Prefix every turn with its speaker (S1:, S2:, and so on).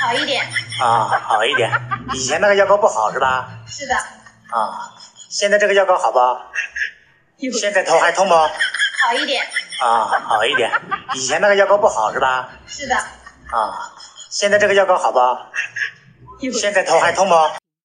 S1: 好一点。
S2: 啊，好一点。以前那个药膏不好是吧？
S1: 是的，
S2: 啊，现在这个药膏好不好？
S1: 有
S2: 现在头还痛不？啊，
S1: 好一点。
S2: 好一点。以前那个药膏不好是吧？
S1: 是的，
S2: 啊，现在这个药膏好不好？
S1: 有
S2: 现在头还痛不？